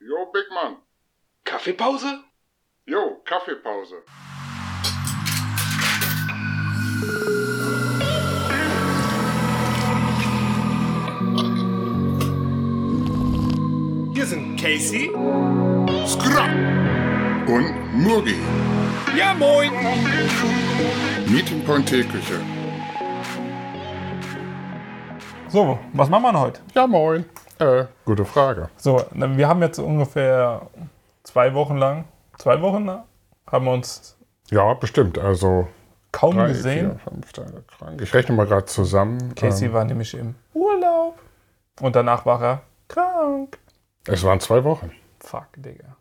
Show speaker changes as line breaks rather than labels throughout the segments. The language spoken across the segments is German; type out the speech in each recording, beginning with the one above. Jo, Big Mann.
Kaffeepause?
Jo, Kaffeepause.
Hier sind Casey.
Und Murgi.
Ja, moin.
Meeting Point Teeküche.
So, was machen wir denn heute?
Ja, moin. Äh, gute Frage.
So, na, wir haben jetzt ungefähr zwei Wochen lang, zwei Wochen ne, haben wir uns
Ja, bestimmt. Also,
kaum
drei,
gesehen.
vier, fünf Tage krank. Ich rechne mal gerade zusammen.
Casey war nämlich im Urlaub und danach war er krank.
Äh, Es waren zwei Wochen.
Fuck, Digga.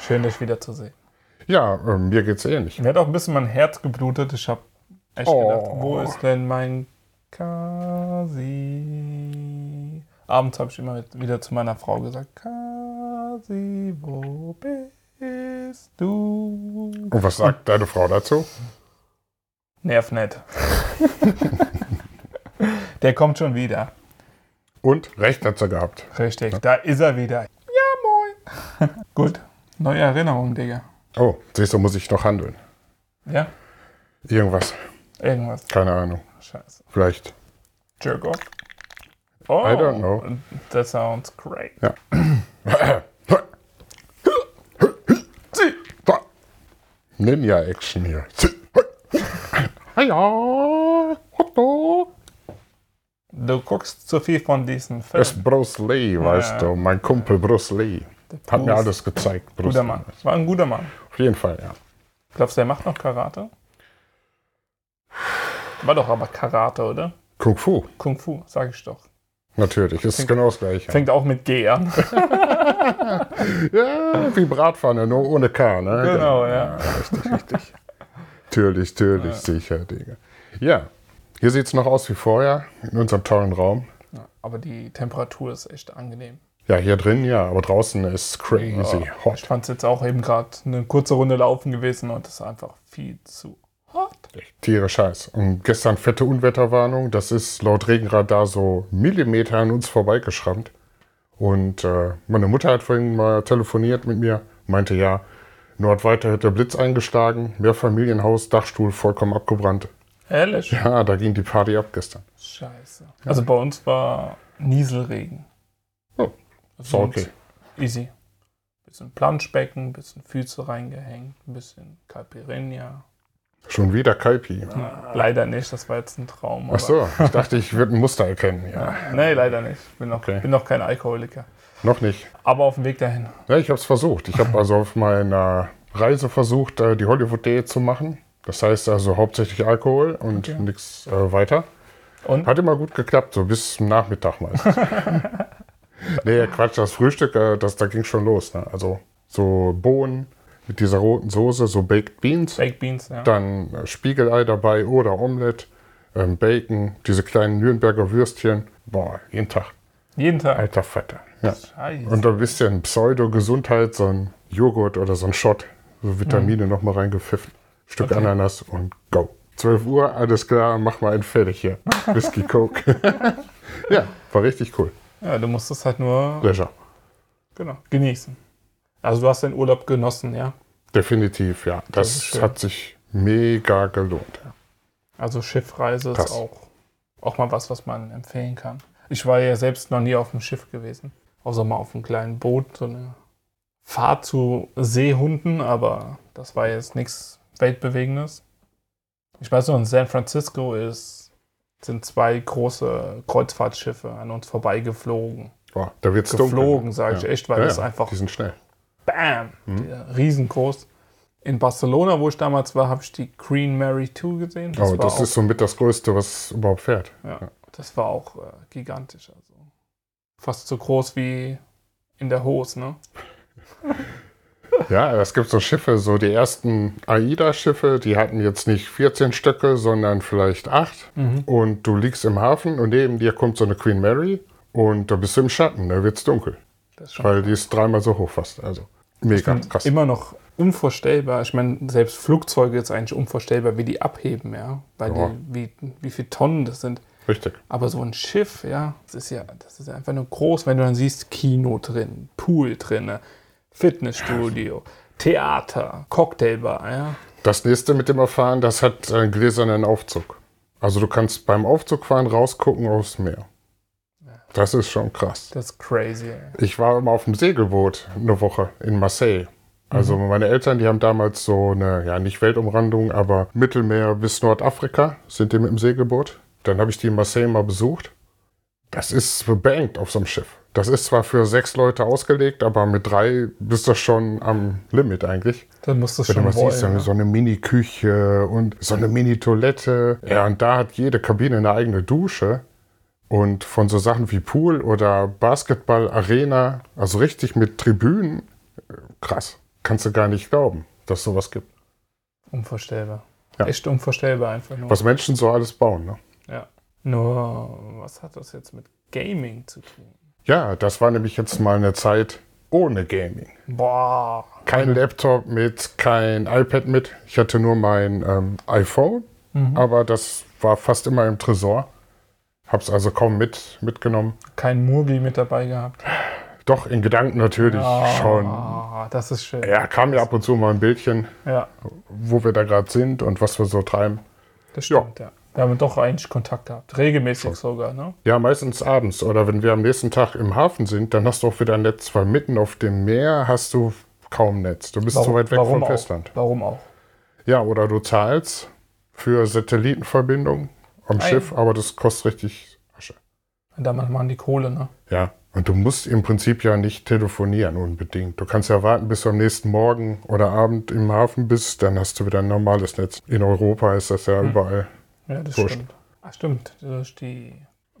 Schön, dich wiederzusehen.
Ja, ähm, mir geht's ähnlich.
Mir hat auch ein bisschen mein Herz geblutet. Ich hab echt
Oh.
gedacht, wo ist denn mein Kasi? Abends habe ich immer mit- wieder zu meiner Frau gesagt, Kasi, wo bist du?
Und was sagt deine Frau dazu?
Nerv nicht. Der kommt schon wieder.
Und recht hat sie gehabt.
Richtig, da ist er wieder. Ja, moin. Gut, neue Erinnerung, Digga.
Oh, siehst du, muss ich noch handeln.
Ja?
Irgendwas.
Irgendwas.
Keine Ahnung.
Scheiße.
Vielleicht.
Jerk off. Oh,
I don't know.
That sounds great.
Ninja-Action hier.
Ah
Hiya! Hotto!
Du guckst zu viel von diesen Filmen.
Das ist Bruce Lee, weißt du. Mein Kumpel Bruce Lee. Hat mir
Ah, Bruce.
alles gezeigt. Bruce
guter
Lee.
Mann. War ein guter Mann.
Auf jeden Fall, ja.
Glaubst du, der macht noch Karate? War doch aber Karate, oder?
Kung Fu,
Kung Fu, sag ich doch.
natürlich. Ist genau das gleiche.
Fängt auch mit G an.
Ja, wie Bratpfanne, nur ohne K, ne?
genau, ja.
Natürlich, natürlich, sicher, Digga. Ja, hier sieht es noch aus wie vorher, in unserem tollen Raum.
Aber die Temperatur ist echt angenehm.
Ja, hier drin, ja, aber draußen ist crazy
Ich
hot.
fand es jetzt auch eben gerade eine kurze Runde laufen gewesen und es ist einfach viel zu hot.
Tiere Scheiß. Und gestern fette Unwetterwarnung, das ist laut Regenradar so Millimeter an uns vorbeigeschrammt. Und äh, meine Mutter hat vorhin mal telefoniert mit mir, meinte ja, Nordweiter hätte Blitz eingeschlagen, Mehrfamilienhaus, Dachstuhl vollkommen abgebrannt.
Ehrlich?
Ja, da ging die Party ab gestern.
Scheiße. Also bei uns war Nieselregen.
Oh,
Also
ist okay.
Easy. Bisschen Planschbecken, bisschen Füße reingehängt, ein bisschen Caipirinha.
Schon wieder Kalpi.
Leider nicht, das war jetzt ein Traum. aber-
Ah. Ach so, ich dachte, ich würde ein Muster erkennen. Ja,
Nee, leider nicht. Ich bin noch,
Okay.
bin noch kein Alkoholiker.
noch nicht.
Aber auf dem Weg dahin.
Ja, ich habe es versucht. Ich habe also auf meiner Reise versucht, äh, die Hollywood-Diät zu machen. Das heißt also hauptsächlich Alkohol und nichts äh, weiter.
Und?
Hat immer gut geklappt, so bis zum Nachmittag meistens. nee, Quatsch, das Frühstück, äh, das, da ging schon los. Ne? Also so Bohnen mit dieser roten Soße, so Baked Beans,
Baked Beans, ja.
dann äh, Spiegelei dabei oder Omelette, ähm, Bacon, diese kleinen Nürnberger Würstchen. Boah, jeden Tag.
Jeden Tag.
Alter Vetter. Ja.
Scheiße.
Und ein bisschen Pseudo-Gesundheit, so ein Joghurt oder so ein Shot, so Vitamine
Mhm.
noch nochmal reingepfiffen. Stück Ananas und go. 12 Uhr, alles klar, mach mal einen fertig hier. Whisky Coke. ja, war richtig cool.
Ja, du musst es halt nur
Pleasure.
genau, genießen. Also du hast den Urlaub genossen, ja?
Definitiv, ja.
Das ist
Das,
schön.
hat sich mega gelohnt.
Also Schiffreise
Krass.
ist auch, auch mal was, was man empfehlen kann. Ich war ja selbst noch nie auf dem Schiff gewesen. Außer mal auf einem kleinen Boot, so eine Fahrt zu Seehunden, aber das war jetzt nichts Weltbewegendes. Ich weiß noch, in San Francisco ist, sind zwei große Kreuzfahrtschiffe an uns vorbeigeflogen.
Boah, da wird's
Geflogen,
dunkel.
sage ich echt, weil das einfach
Die sind schnell. Hm?
Bam! Der, riesengroß. In Barcelona, wo ich damals war, habe ich die Queen Mary 2 gesehen.
Das, oh,
war
das
auch,
ist somit das Größte, was überhaupt fährt.
ja, das war auch äh, gigantisch. Also fast so groß wie in der Hose, ne?
Ja, es gibt so Schiffe, so die ersten AIDA-Schiffe, die hatten jetzt nicht 14 Stöcke, sondern vielleicht 8.
Mhm.
Und du liegst im Hafen und neben dir kommt so eine Queen Mary und da bist du im Schatten, da wird's dunkel.
Das ist
Weil die ist dreimal so hoch fast. Also mega krass.
immer noch unvorstellbar. Ich meine, selbst Flugzeuge ist eigentlich unvorstellbar, wie die abheben, ja. Weil
Ja.
die, wie, wie viele Tonnen das sind.
Richtig.
Aber so ein Schiff, ja, das ist ja, das ist ja einfach nur groß, wenn du dann siehst, Kino drin, Pool drin, ne? Fitnessstudio, Theater, Cocktailbar, ja.
Das nächste mit dem Erfahren, das hat einen gläsernen Aufzug. Also du kannst beim Aufzugfahren rausgucken aufs Meer. Das ist schon krass.
Das ist crazy. Ey.
Ich war immer auf dem Segelboot eine Woche in Marseille. Also meine Eltern, die haben damals so eine, ja nicht Weltumrandung, aber Mittelmeer bis Nordafrika sind die mit dem Segelboot. Dann habe ich die in Marseille mal besucht. Das ist bebankt auf so einem Schiff. Das ist zwar für sechs Leute ausgelegt, aber mit drei bist du schon am Limit eigentlich.
Dann musst du
Wenn du
schon
mal siehst,
wollen. ne?
dann
ja.
so eine Mini-Küche und so eine Mini-Toilette. Ja, und da hat jede Kabine eine eigene Dusche. Und von so Sachen wie Pool oder Basketball, Arena, also richtig mit Tribünen, äh, krass. Kannst du gar nicht glauben, dass sowas gibt.
Unvorstellbar.
Ja.
Echt unvorstellbar einfach nur.
Was Menschen so alles bauen, ne?
Ja. Nur, was hat das jetzt mit Gaming zu tun?
Ja, das war nämlich jetzt mal eine Zeit ohne Gaming.
Boah.
Kein Laptop mit, kein iPad mit. Ich hatte nur mein ähm, iPhone,
Mhm.
aber das war fast immer im Tresor. Hab's also kaum mit, mitgenommen.
Kein Murgi mit dabei gehabt.
Doch, in Gedanken natürlich schon.
Ah, das ist schön.
Ja, kam ja ab und zu mal ein Bildchen,
Ja,
wo wir da gerade sind und was wir so treiben.
das stimmt, ja. Wir haben doch eigentlich Kontakt gehabt. Regelmäßig sogar, ne?
Ja, meistens abends oder wenn wir am nächsten Tag im Hafen sind, dann hast du auch wieder ein Netz, weil mitten auf dem Meer hast du kaum Netz. Du bist zu weit weg vom
auch?
Festland.
Warum auch?
Ja, oder du zahlst für Satellitenverbindung am
ja.
Schiff, aber das kostet richtig Asche.
Und damit machen die Kohle, ne?
Ja. Und du musst im Prinzip ja nicht telefonieren unbedingt. Du kannst ja warten, bis du am nächsten Morgen oder Abend im Hafen bist, dann hast du wieder ein normales Netz. In Europa ist das ja überall.
Ja, das
Wurscht.
stimmt. Ah, stimmt. Durch die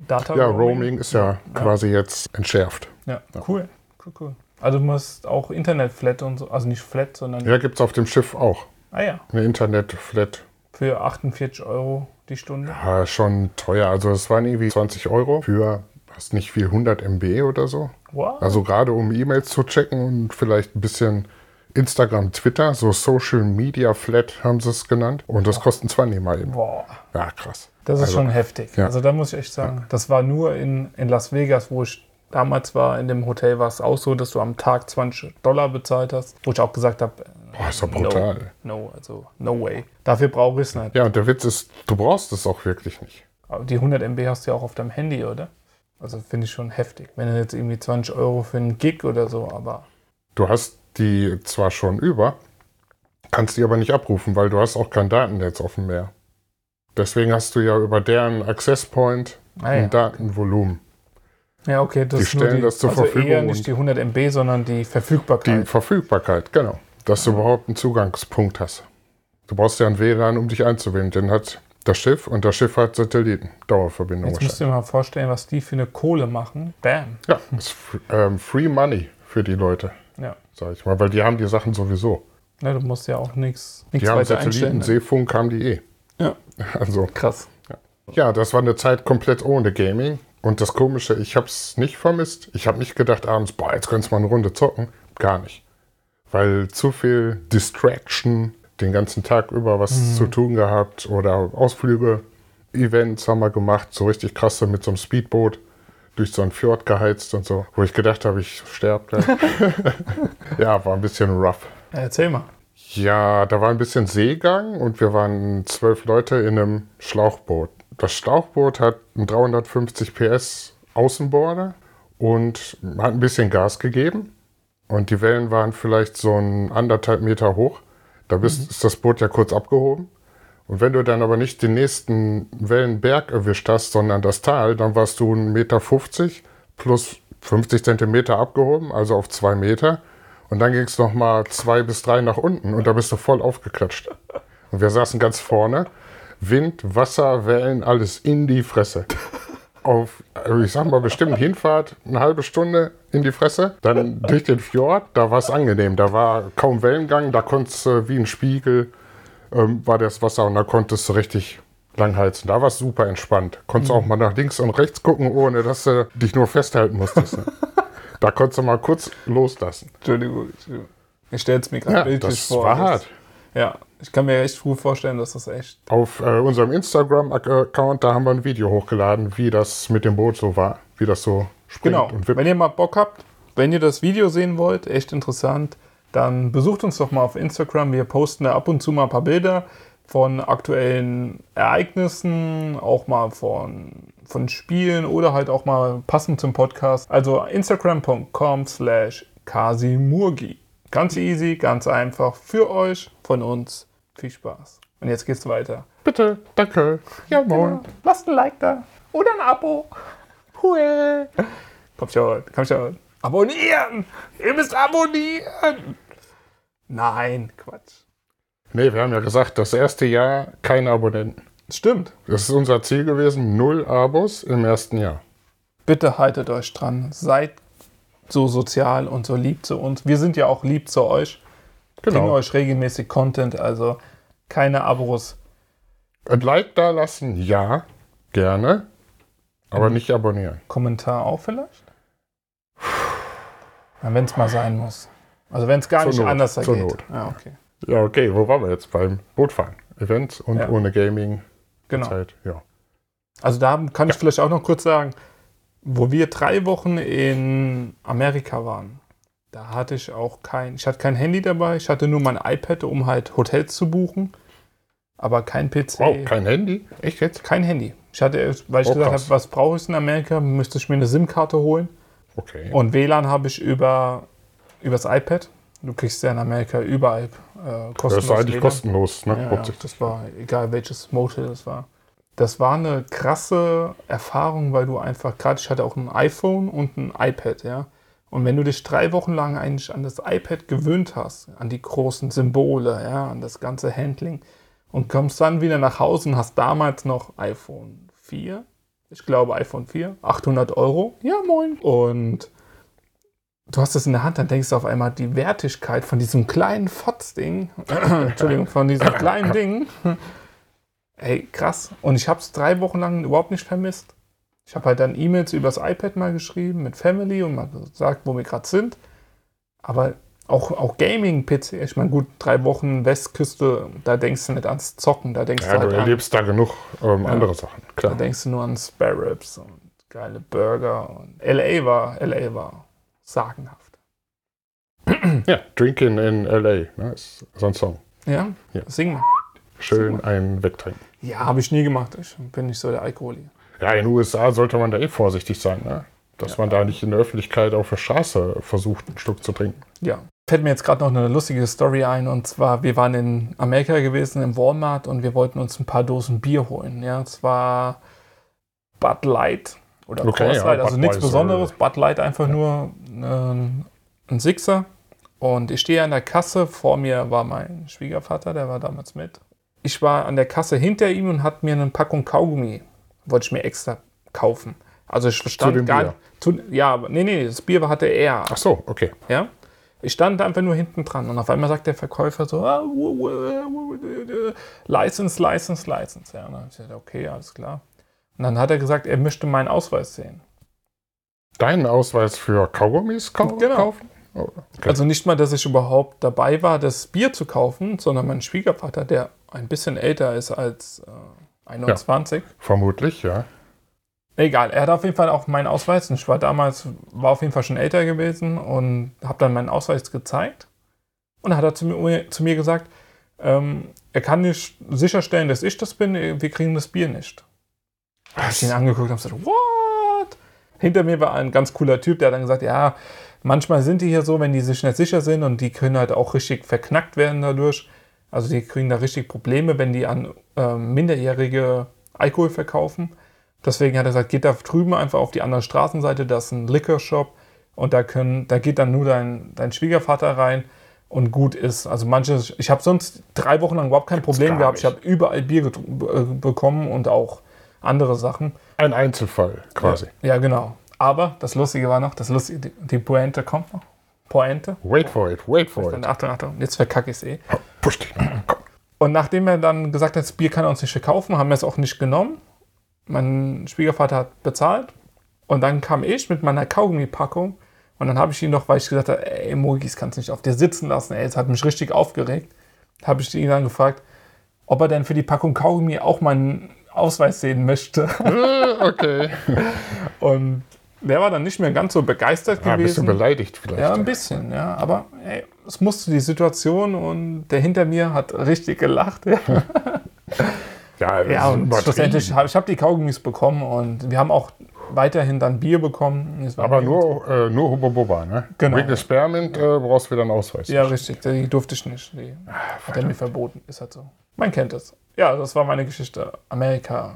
Data
Ja, Roaming ist ja quasi jetzt entschärft.
Ja, cool. Cool, cool. Also du musst auch Internetflat und so, also nicht Flat, sondern,
Ja, gibt es auf dem Schiff auch.
ah ja,
Eine Internet-Flat.
für 48 Euro die Stunde.
Ah, schon teuer. Also es waren irgendwie 20 Euro für, was nicht viel, 100 MB oder so.
Wow.
Also gerade um E-Mails zu checken und vielleicht ein bisschen Instagram, Twitter, so Social Media Flat haben sie es genannt. Und das kosten 20 mal eben.
Boah,
Ja, krass.
das ist
Also,
schon heftig.
ja.
Also da muss ich echt sagen, das war nur in, in Las Vegas, wo ich damals war, in dem Hotel war es auch so, dass du am Tag 20 Dollar bezahlt hast, wo ich auch gesagt habe,
Boah, Oh, ist ja brutal.
no, no, also no way. Dafür brauche ich es nicht.
Ja, und der Witz ist, du brauchst es auch wirklich nicht.
Aber die 100 MB hast du ja auch auf deinem Handy, oder? Also finde ich schon heftig. Wenn du jetzt irgendwie 20 Euro für einen Gig oder so, aber
Du hast die zwar schon über, kannst die aber nicht abrufen, weil du hast auch kein Datennetz auf dem Meer. Deswegen hast du ja über deren Access Point
Ah ja.
ein Datenvolumen.
Ja, okay, das
Die
ist nur
stellen
die,
das zur
also
Verfügung
eher nicht
und-
die 100 MB, sondern die
Die
Verfügbarkeit.
Verfügbarkeit, genau. Dass
Ah.
du überhaupt einen Zugangspunkt hast. Du brauchst ja einen WLAN, um dich einzuwählen. Den hat das Schiff und das Schiff hat Satelliten. Dauerverbindung
Jetzt musst du dir mal vorstellen, was die für eine Kohle machen. Bam.
Ja, ist fr- ähm, Free Money für die Leute,
Ja.
sag ich mal, weil die haben die Sachen sowieso.
Na, du musst ja auch nichts
Die haben
weiter einstellen.
Satelliten,
ne?
Seefunk haben die eh.
Ja,
Also
krass.
Ja, das war eine Zeit komplett ohne Gaming. Und das Komische, ich hab's nicht vermisst. Ich hab nicht gedacht abends, boah, jetzt könntest du mal eine Runde zocken. Gar nicht. Weil zu viel Distraction, den ganzen Tag über was zu tun gehabt oder Ausflüge, Events haben wir gemacht, so richtig krasse mit so einem Speedboot durch so einen Fjord geheizt und so, wo ich gedacht habe, ich sterbe gleich. ja, war ein bisschen rough.
Ja, erzähl mal.
Ja, da war ein bisschen Seegang und wir waren zwölf Leute in einem Schlauchboot. Das Schlauchboot hat einen 350 PS Außenborder und hat ein bisschen Gas gegeben. Und die Wellen waren vielleicht so ein anderthalb Meter hoch. Da bist, ist das Boot ja kurz abgehoben. Und wenn du dann aber nicht den nächsten Wellenberg erwischt hast, sondern das Tal, dann warst du 1,50 Meter plus 50 Zentimeter abgehoben, also auf zwei Meter. Und dann ging es nochmal zwei bis drei nach unten und da bist du voll aufgeklatscht. Und wir saßen ganz vorne. Wind, Wasser, Wellen, alles in die Fresse. Auf, also ich sag mal, bestimmt Hinfahrt, eine halbe Stunde in die Fresse. Dann durch den Fjord, da war es angenehm. Da war kaum Wellengang, da konntest du wie ein Spiegel ähm, war das Wasser und da konntest du richtig langheizen. Da war es super entspannt. Konntest auch mal nach links und rechts gucken, ohne dass du dich nur festhalten musstest. Ne? da konntest du mal kurz loslassen.
Entschuldigung. Ich, ich stelle es mir gerade
Ja,
bildlich
das
vor.
war
Das-
hart.
Ja, Ich kann mir echt gut vorstellen, dass das echt.
Auf äh, unserem Instagram-Account, da haben wir ein Video hochgeladen, wie das mit dem Boot so war, wie das so springt
Genau.
und wippt.
Wenn ihr mal Bock habt, wenn ihr das Video sehen wollt, echt interessant, dann besucht uns doch mal auf Instagram. Wir posten da ab und zu mal ein paar Bilder von aktuellen Ereignissen, auch mal von, von Spielen oder halt auch mal passend zum Podcast. Also instagram.com slash kasimurgi. Ganz easy, ganz einfach für euch, von uns. Viel Spaß. Und jetzt geht's weiter.
Bitte, danke. Ja, moin.
Lasst ein Like da. Oder ein Abo. Cool. Komm schon, komm schon. Abonnieren! Ihr müsst abonnieren! Nein, Quatsch.
Nee, wir haben ja gesagt, das erste Jahr keine Abonnenten.
Stimmt.
Das ist unser Ziel gewesen, null Abos im ersten Jahr.
Bitte haltet euch dran. Seid so sozial und so lieb zu uns. Wir sind ja auch lieb zu euch. Bringen
Genau.
euch regelmäßig Content, also keine Abos.
Ein Like da lassen, ja, gerne, aber nicht abonnieren.
Kommentar auch vielleicht? Wenn es mal sein muss. Also wenn es gar
Zur
nicht
Not,
anders
zur
geht.
Not.
Ja, okay.
Ja, okay, wo waren wir jetzt? Beim Bootfahren. Events und
Ja.
ohne Gaming-Zeit,
Genau.
ja.
Also da kann ich vielleicht auch noch kurz sagen, wo wir drei Wochen in Amerika waren, da hatte ich auch kein, ich hatte kein Handy dabei, ich hatte nur mein iPad, um halt Hotels zu buchen, aber kein PC,
Wow, kein Handy? Echt jetzt?
kein Handy. Ich hatte, weil ich
Oh,
gesagt
krass.
habe, was brauche ich in Amerika, müsste ich mir eine SIM-Karte holen.
Okay.
Und WLAN habe ich über übers iPad. Du kriegst ja in Amerika überall äh, kostenlos.
das ist eigentlich
WLAN.
kostenlos, ne?
Ja, ja,
Hauptsächlich.
das war egal welches Motel das war. Das war eine krasse Erfahrung, weil du einfach gerade, ich hatte auch ein iPhone und ein iPad, ja. Und wenn du dich drei Wochen lang eigentlich an das iPad gewöhnt hast, an die großen Symbole, ja, an das ganze Handling, und kommst dann wieder nach Hause und hast damals noch iPhone 4, ich glaube iPhone 4, 800 Euro, ja moin. Und du hast es in der Hand, dann denkst du auf einmal die Wertigkeit von diesem kleinen Fotzding, Entschuldigung, von diesem kleinen Ding. Ey, krass. Und ich habe es drei Wochen lang überhaupt nicht vermisst. Ich habe halt dann E-Mails übers iPad mal geschrieben mit Family und mal gesagt, wo wir gerade sind. Aber auch, auch Gaming-PC, ich meine, gut, drei Wochen Westküste, da denkst du nicht ans Zocken, da denkst
Ja,
du
du
halt an
erlebst da genug ähm, andere Sachen,
da
klar.
denkst du nur an Spare Ribs und geile Burger. Und LA war, LA war sagenhaft.
Ja, Drinking in L.A., ne? Ist so ein Song.
Ja?
Ja.
Sing mal.
Schön einen wegtrinken.
Ja, habe ich nie gemacht. Ich bin nicht so der Alkoholiker.
Ja, in den USA sollte man da eh vorsichtig sein, ne? Dass man da nicht in der Öffentlichkeit auf der Straße versucht, einen Schluck zu trinken.
Ja. Fällt mir jetzt gerade noch eine lustige Story ein. Und zwar, wir waren in Amerika gewesen, im Walmart, und wir wollten uns ein paar Dosen Bier holen. Ja, es war Bud Light oder
Okay,
Coors
ja,
Light. also nichts
Budweiser.
Besonderes. Bud Light einfach nur ähm, ein Sixer. Und ich stehe an der Kasse. Vor mir war mein Schwiegervater, der war damals mit. Ich war an der Kasse hinter ihm und hat mir eine Packung Kaugummi, wollte ich mir extra kaufen. Also ich stand
dem
gar
Bier?
Zu, ja, aber- nee, nee, das Bier hatte er.
Ach so, okay.
Ja? Ich stand einfach nur hinten dran und auf einmal sagt der Verkäufer so, ah, wu- wu- wu- wu- wu- License, License, License. Ja, und dann hab ich gesagt, okay, alles klar. Und dann hat er gesagt, er möchte meinen Ausweis sehen.
Deinen Ausweis für Kaugummis kau
Genau.
kaufen? Oh, okay.
Also nicht mal, dass ich überhaupt dabei war, das Bier zu kaufen, sondern mein Schwiegervater, der ein bisschen älter ist als äh, 21.
Vermutlich, ja.
Egal, er hat auf jeden Fall auch meinen Ausweis. Und ich war damals, war auf jeden Fall schon älter gewesen und habe dann meinen Ausweis gezeigt. Und dann hat er zu mir, zu mir gesagt, ähm, er kann nicht sicherstellen, dass ich das bin, wir kriegen das Bier nicht. Hab ich ihn angeguckt und hab gesagt, what? Hinter mir war ein ganz cooler Typ, der hat dann gesagt, ja, manchmal sind die hier so, wenn die sich nicht sicher sind und die können halt auch richtig verknackt werden dadurch. Also die kriegen da richtig Probleme, wenn die an ähm, Minderjährige Alkohol verkaufen. Deswegen hat er gesagt, geht da drüben einfach auf die andere Straßenseite, da ist ein Liquor-Shop und da, können, da geht dann nur dein, dein Schwiegervater rein und gut ist. Also manche, ich habe sonst drei Wochen lang überhaupt kein Problem
gar
gehabt. Ich
nicht.
habe überall Bier getru- äh, bekommen und auch andere Sachen.
Ein Einzelfall quasi.
Ja, genau. Aber das Lustige war noch, das Lustige, die, die Pointe kommt noch. Pointe.
Wait for it, wait for
Dann
it.
Achtung, Achtung, jetzt verkacke ich es eh.
Oh, push dich noch. Komm.
Und nachdem er dann gesagt hat, das Bier kann er uns nicht verkaufen, haben wir es auch nicht genommen. Mein Schwiegervater hat bezahlt. Und dann kam ich mit meiner Kaugummi-Packung. Und dann habe ich ihn noch, weil ich gesagt habe, ey, Mogis, kannst nicht auf dir sitzen lassen. Ey, es hat mich richtig aufgeregt. habe ich ihn dann gefragt, ob er denn für die Packung Kaugummi auch meinen Ausweis sehen möchte.
Äh, okay.
Und der war dann nicht mehr ganz so begeistert
Ah, bist du
gewesen.
beleidigt vielleicht?
ja, ein bisschen, ja. Aber ey, es musste die Situation und der hinter mir hat richtig gelacht. Ja,
Ja, das
ja
ist
und
übertrieben.
schlussendlich habe ich hab die Kaugummis bekommen und wir haben auch weiterhin dann Bier bekommen. Es war
Aber nur, äh, nur Hubo Boba, ne?
Genau.
Wegen Experiment äh, brauchst du Ah, wieder einen Ausweis.
Ja, richtig. Die durfte ich nicht. Die hat er mir verboten. Ist halt so. Man kennt es. Ja, das war meine Geschichte. Amerika.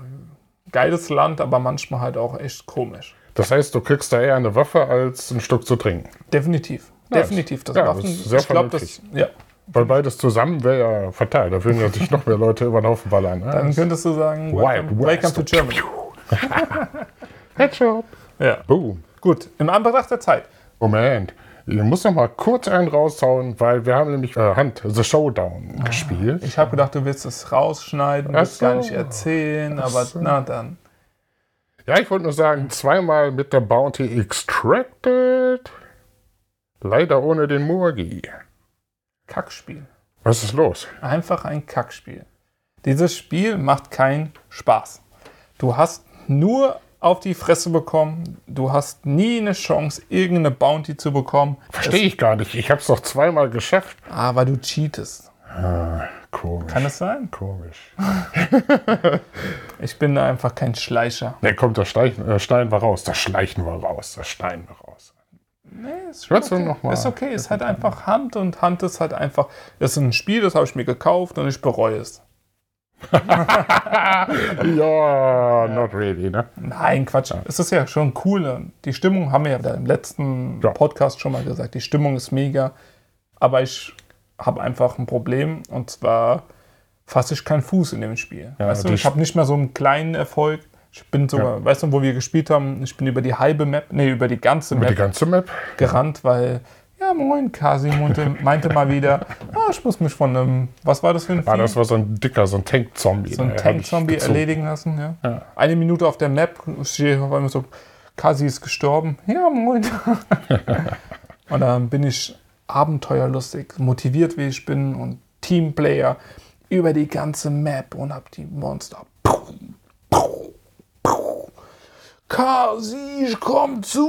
Geiles Land, aber manchmal halt auch echt komisch.
Das heißt, du kriegst da eher eine Waffe als ein Stück zu trinken.
Definitiv. Definitiv. Das
Ja,
Waffen.
das ist sehr
ich glaube, das. Ja.
Weil beides zusammen wäre ja fatal. Da würden ja sich noch mehr Leute über den Haufen ballern. Ne?
Dann könntest du sagen,
Wild
welcome,
West.
welcome to Germany.
Headshot.
Ja.
Boom. Oh,
Gut, im Anbetracht der Zeit.
Moment. Ich muss noch mal kurz einen raushauen, weil wir haben nämlich äh, Hand, The Showdown
Ah.
gespielt.
Ich habe gedacht, du willst es rausschneiden, willst
so.
gar nicht erzählen, aber na dann.
Ja, ich wollte nur sagen, zweimal mit der Bounty Extracted. Leider ohne den Murgi.
Kackspiel.
Was ist los?
einfach ein Kackspiel. Dieses Spiel macht keinen Spaß. Du hast nur auf die Fresse bekommen. Du hast nie eine Chance, irgendeine Bounty zu bekommen.
Verstehe ich gar nicht. Ich habe es doch zweimal geschafft.
Aber du cheatest.
Komisch.
Kann es sein?
Komisch.
Ich bin da einfach kein Schleicher.
Ne, kommt, das Stein, äh, Stein war raus. Das Schleichen war raus. Das Stein war raus.
Nee, ist
Hörst du noch mal?
Ist okay, ist halt einfach Hand und Hand ist halt einfach. Das ist ein Spiel, das habe ich mir gekauft und ich bereue es.
Ja, not really, ne?
Nein, Quatsch. Es ist ja schon cool. und Die Stimmung haben wir ja im letzten
Ja.
Podcast schon mal gesagt. Die Stimmung ist mega. Aber ich habe einfach ein Problem. Und zwar fasse ich keinen Fuß in dem Spiel. weißt du,
die
ich habe nicht mehr so einen kleinen Erfolg. Ich bin sogar, weißt du, wo wir gespielt haben, ich bin über die halbe Map, nee, über die ganze
Die
Map
ganze Map.
gerannt, weil, ja, moin, Kasi meinte, meinte mal wieder, ah, ich muss mich von einem, was war das für ein
Ah,
Vieh?
das war so ein dicker, so ein Tank-Zombie.
Hm. so einen Tank-Zombie erledigen lassen. Ja. Eine Minute auf der Map, ich stehe auf einmal so, Kasi ist gestorben. Ja, moin. und dann bin ich abenteuerlustig, motiviert wie ich bin und Teamplayer über die ganze Map und hab die Monster. Puh, puh, puh. Kasi, ich komm zu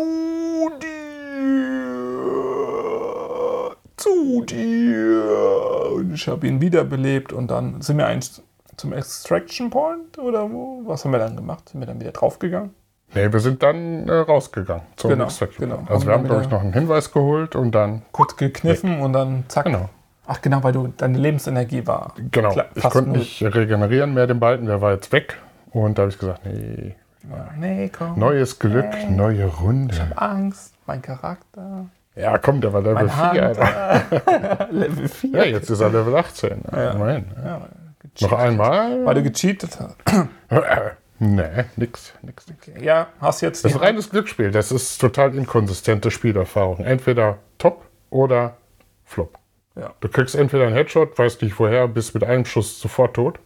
dir. Zu dir. Und ich habe ihn wiederbelebt und dann sind wir eigentlich zum Extraction Point oder wo? Was haben wir dann gemacht? Sind wir dann wieder draufgegangen?
Nee, wir sind dann äh, rausgegangen zum
Genau,
Extraction.
genau.
Also wir
Haben
haben,
wir
glaube
wieder-
ich, noch einen Hinweis geholt und dann,
Kurz gekniffen und dann zack.
Genau.
Ach genau, weil du deine Lebensenergie war.
genau,
kla-
ich
fast
konnte
null.
nicht regenerieren mehr den Balken, der war jetzt weg. Und da habe ich gesagt, nee,
Nee, komm.
neues Glück, neue Runde.
Angst, mein Charakter.
Ja, komm, der war Level
Mein
4.
Hand.
Alter.
Level 4.
Ja, jetzt ist er Level 18. Ja. Immerhin.
Ja,
Noch einmal?
weil du gecheatet hast.
nee, nix, nix, nix.
Ja, hast jetzt
Das
die
ist ein reines Glücksspiel. Das ist total inkonsistente Spielerfahrung. Entweder top oder flop.
Ja.
Du kriegst entweder einen Headshot, weißt nicht woher, bist mit einem Schuss sofort tot.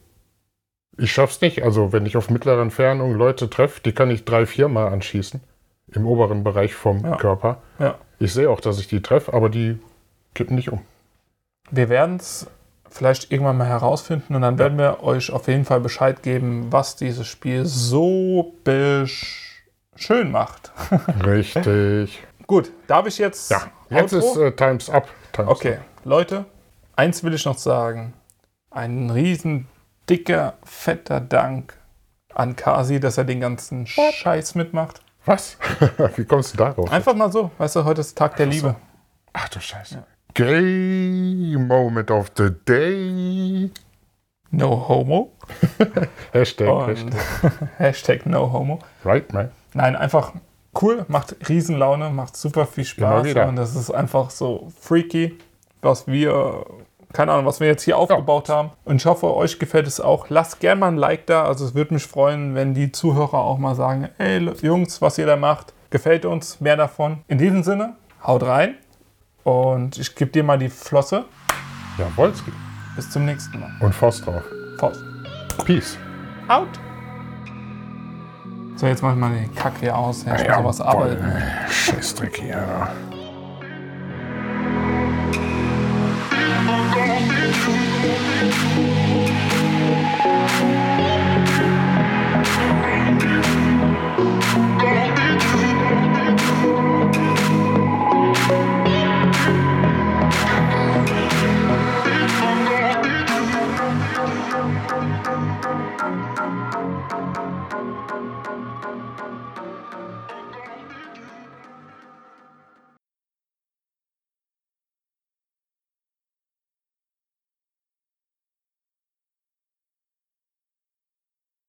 Ich schaff's nicht. Also, wenn ich auf mittlerer Entfernung Leute treffe, die kann ich drei, viermal anschießen. Im oberen Bereich vom Körper.
Ja.
Ich sehe auch, dass ich die treffe, aber die kippen nicht um.
Wir werden es vielleicht irgendwann mal herausfinden und dann werden wir euch auf jeden Fall Bescheid geben, was dieses Spiel so besch schön macht.
Richtig.
Gut, darf ich jetzt.
Ja, jetzt
Outro?
ist äh, Times Up. Times
Okay, Leute, eins will ich noch sagen. Ein riesen dicker, fetter Dank an Kasi, dass er den ganzen Scheiß mitmacht.
Was? Wie kommst du darauf?
Einfach mal so, weißt du, heute ist Tag der Liebe.
Ach du Scheiße. Gay Moment of the Day.
No homo.
Hashtag,
Und
Hashtag.
Hashtag no homo.
Right, man.
Nein, einfach cool, macht Riesenlaune, macht super viel
Immer
Spaß
wieder.
und das ist einfach so freaky, was wir, keine Ahnung, was wir jetzt hier aufgebaut haben. Und ich hoffe, euch gefällt es auch. Lasst gerne mal ein Like da, also es würde mich freuen, wenn die Zuhörer auch mal sagen, ey Jungs, was ihr da macht, gefällt uns, mehr davon. In diesem Sinne, haut rein und ich gebe dir mal die Flosse.
Ja, Wolski.
Bis zum nächsten Mal.
Und Faust drauf.
Faust.
Peace.
Out. So, jetzt mach ich mal den Kack hier aus. Ja, ich muss sowas
Jawohl.
arbeiten.
Scheißdreck hier.
Go, go,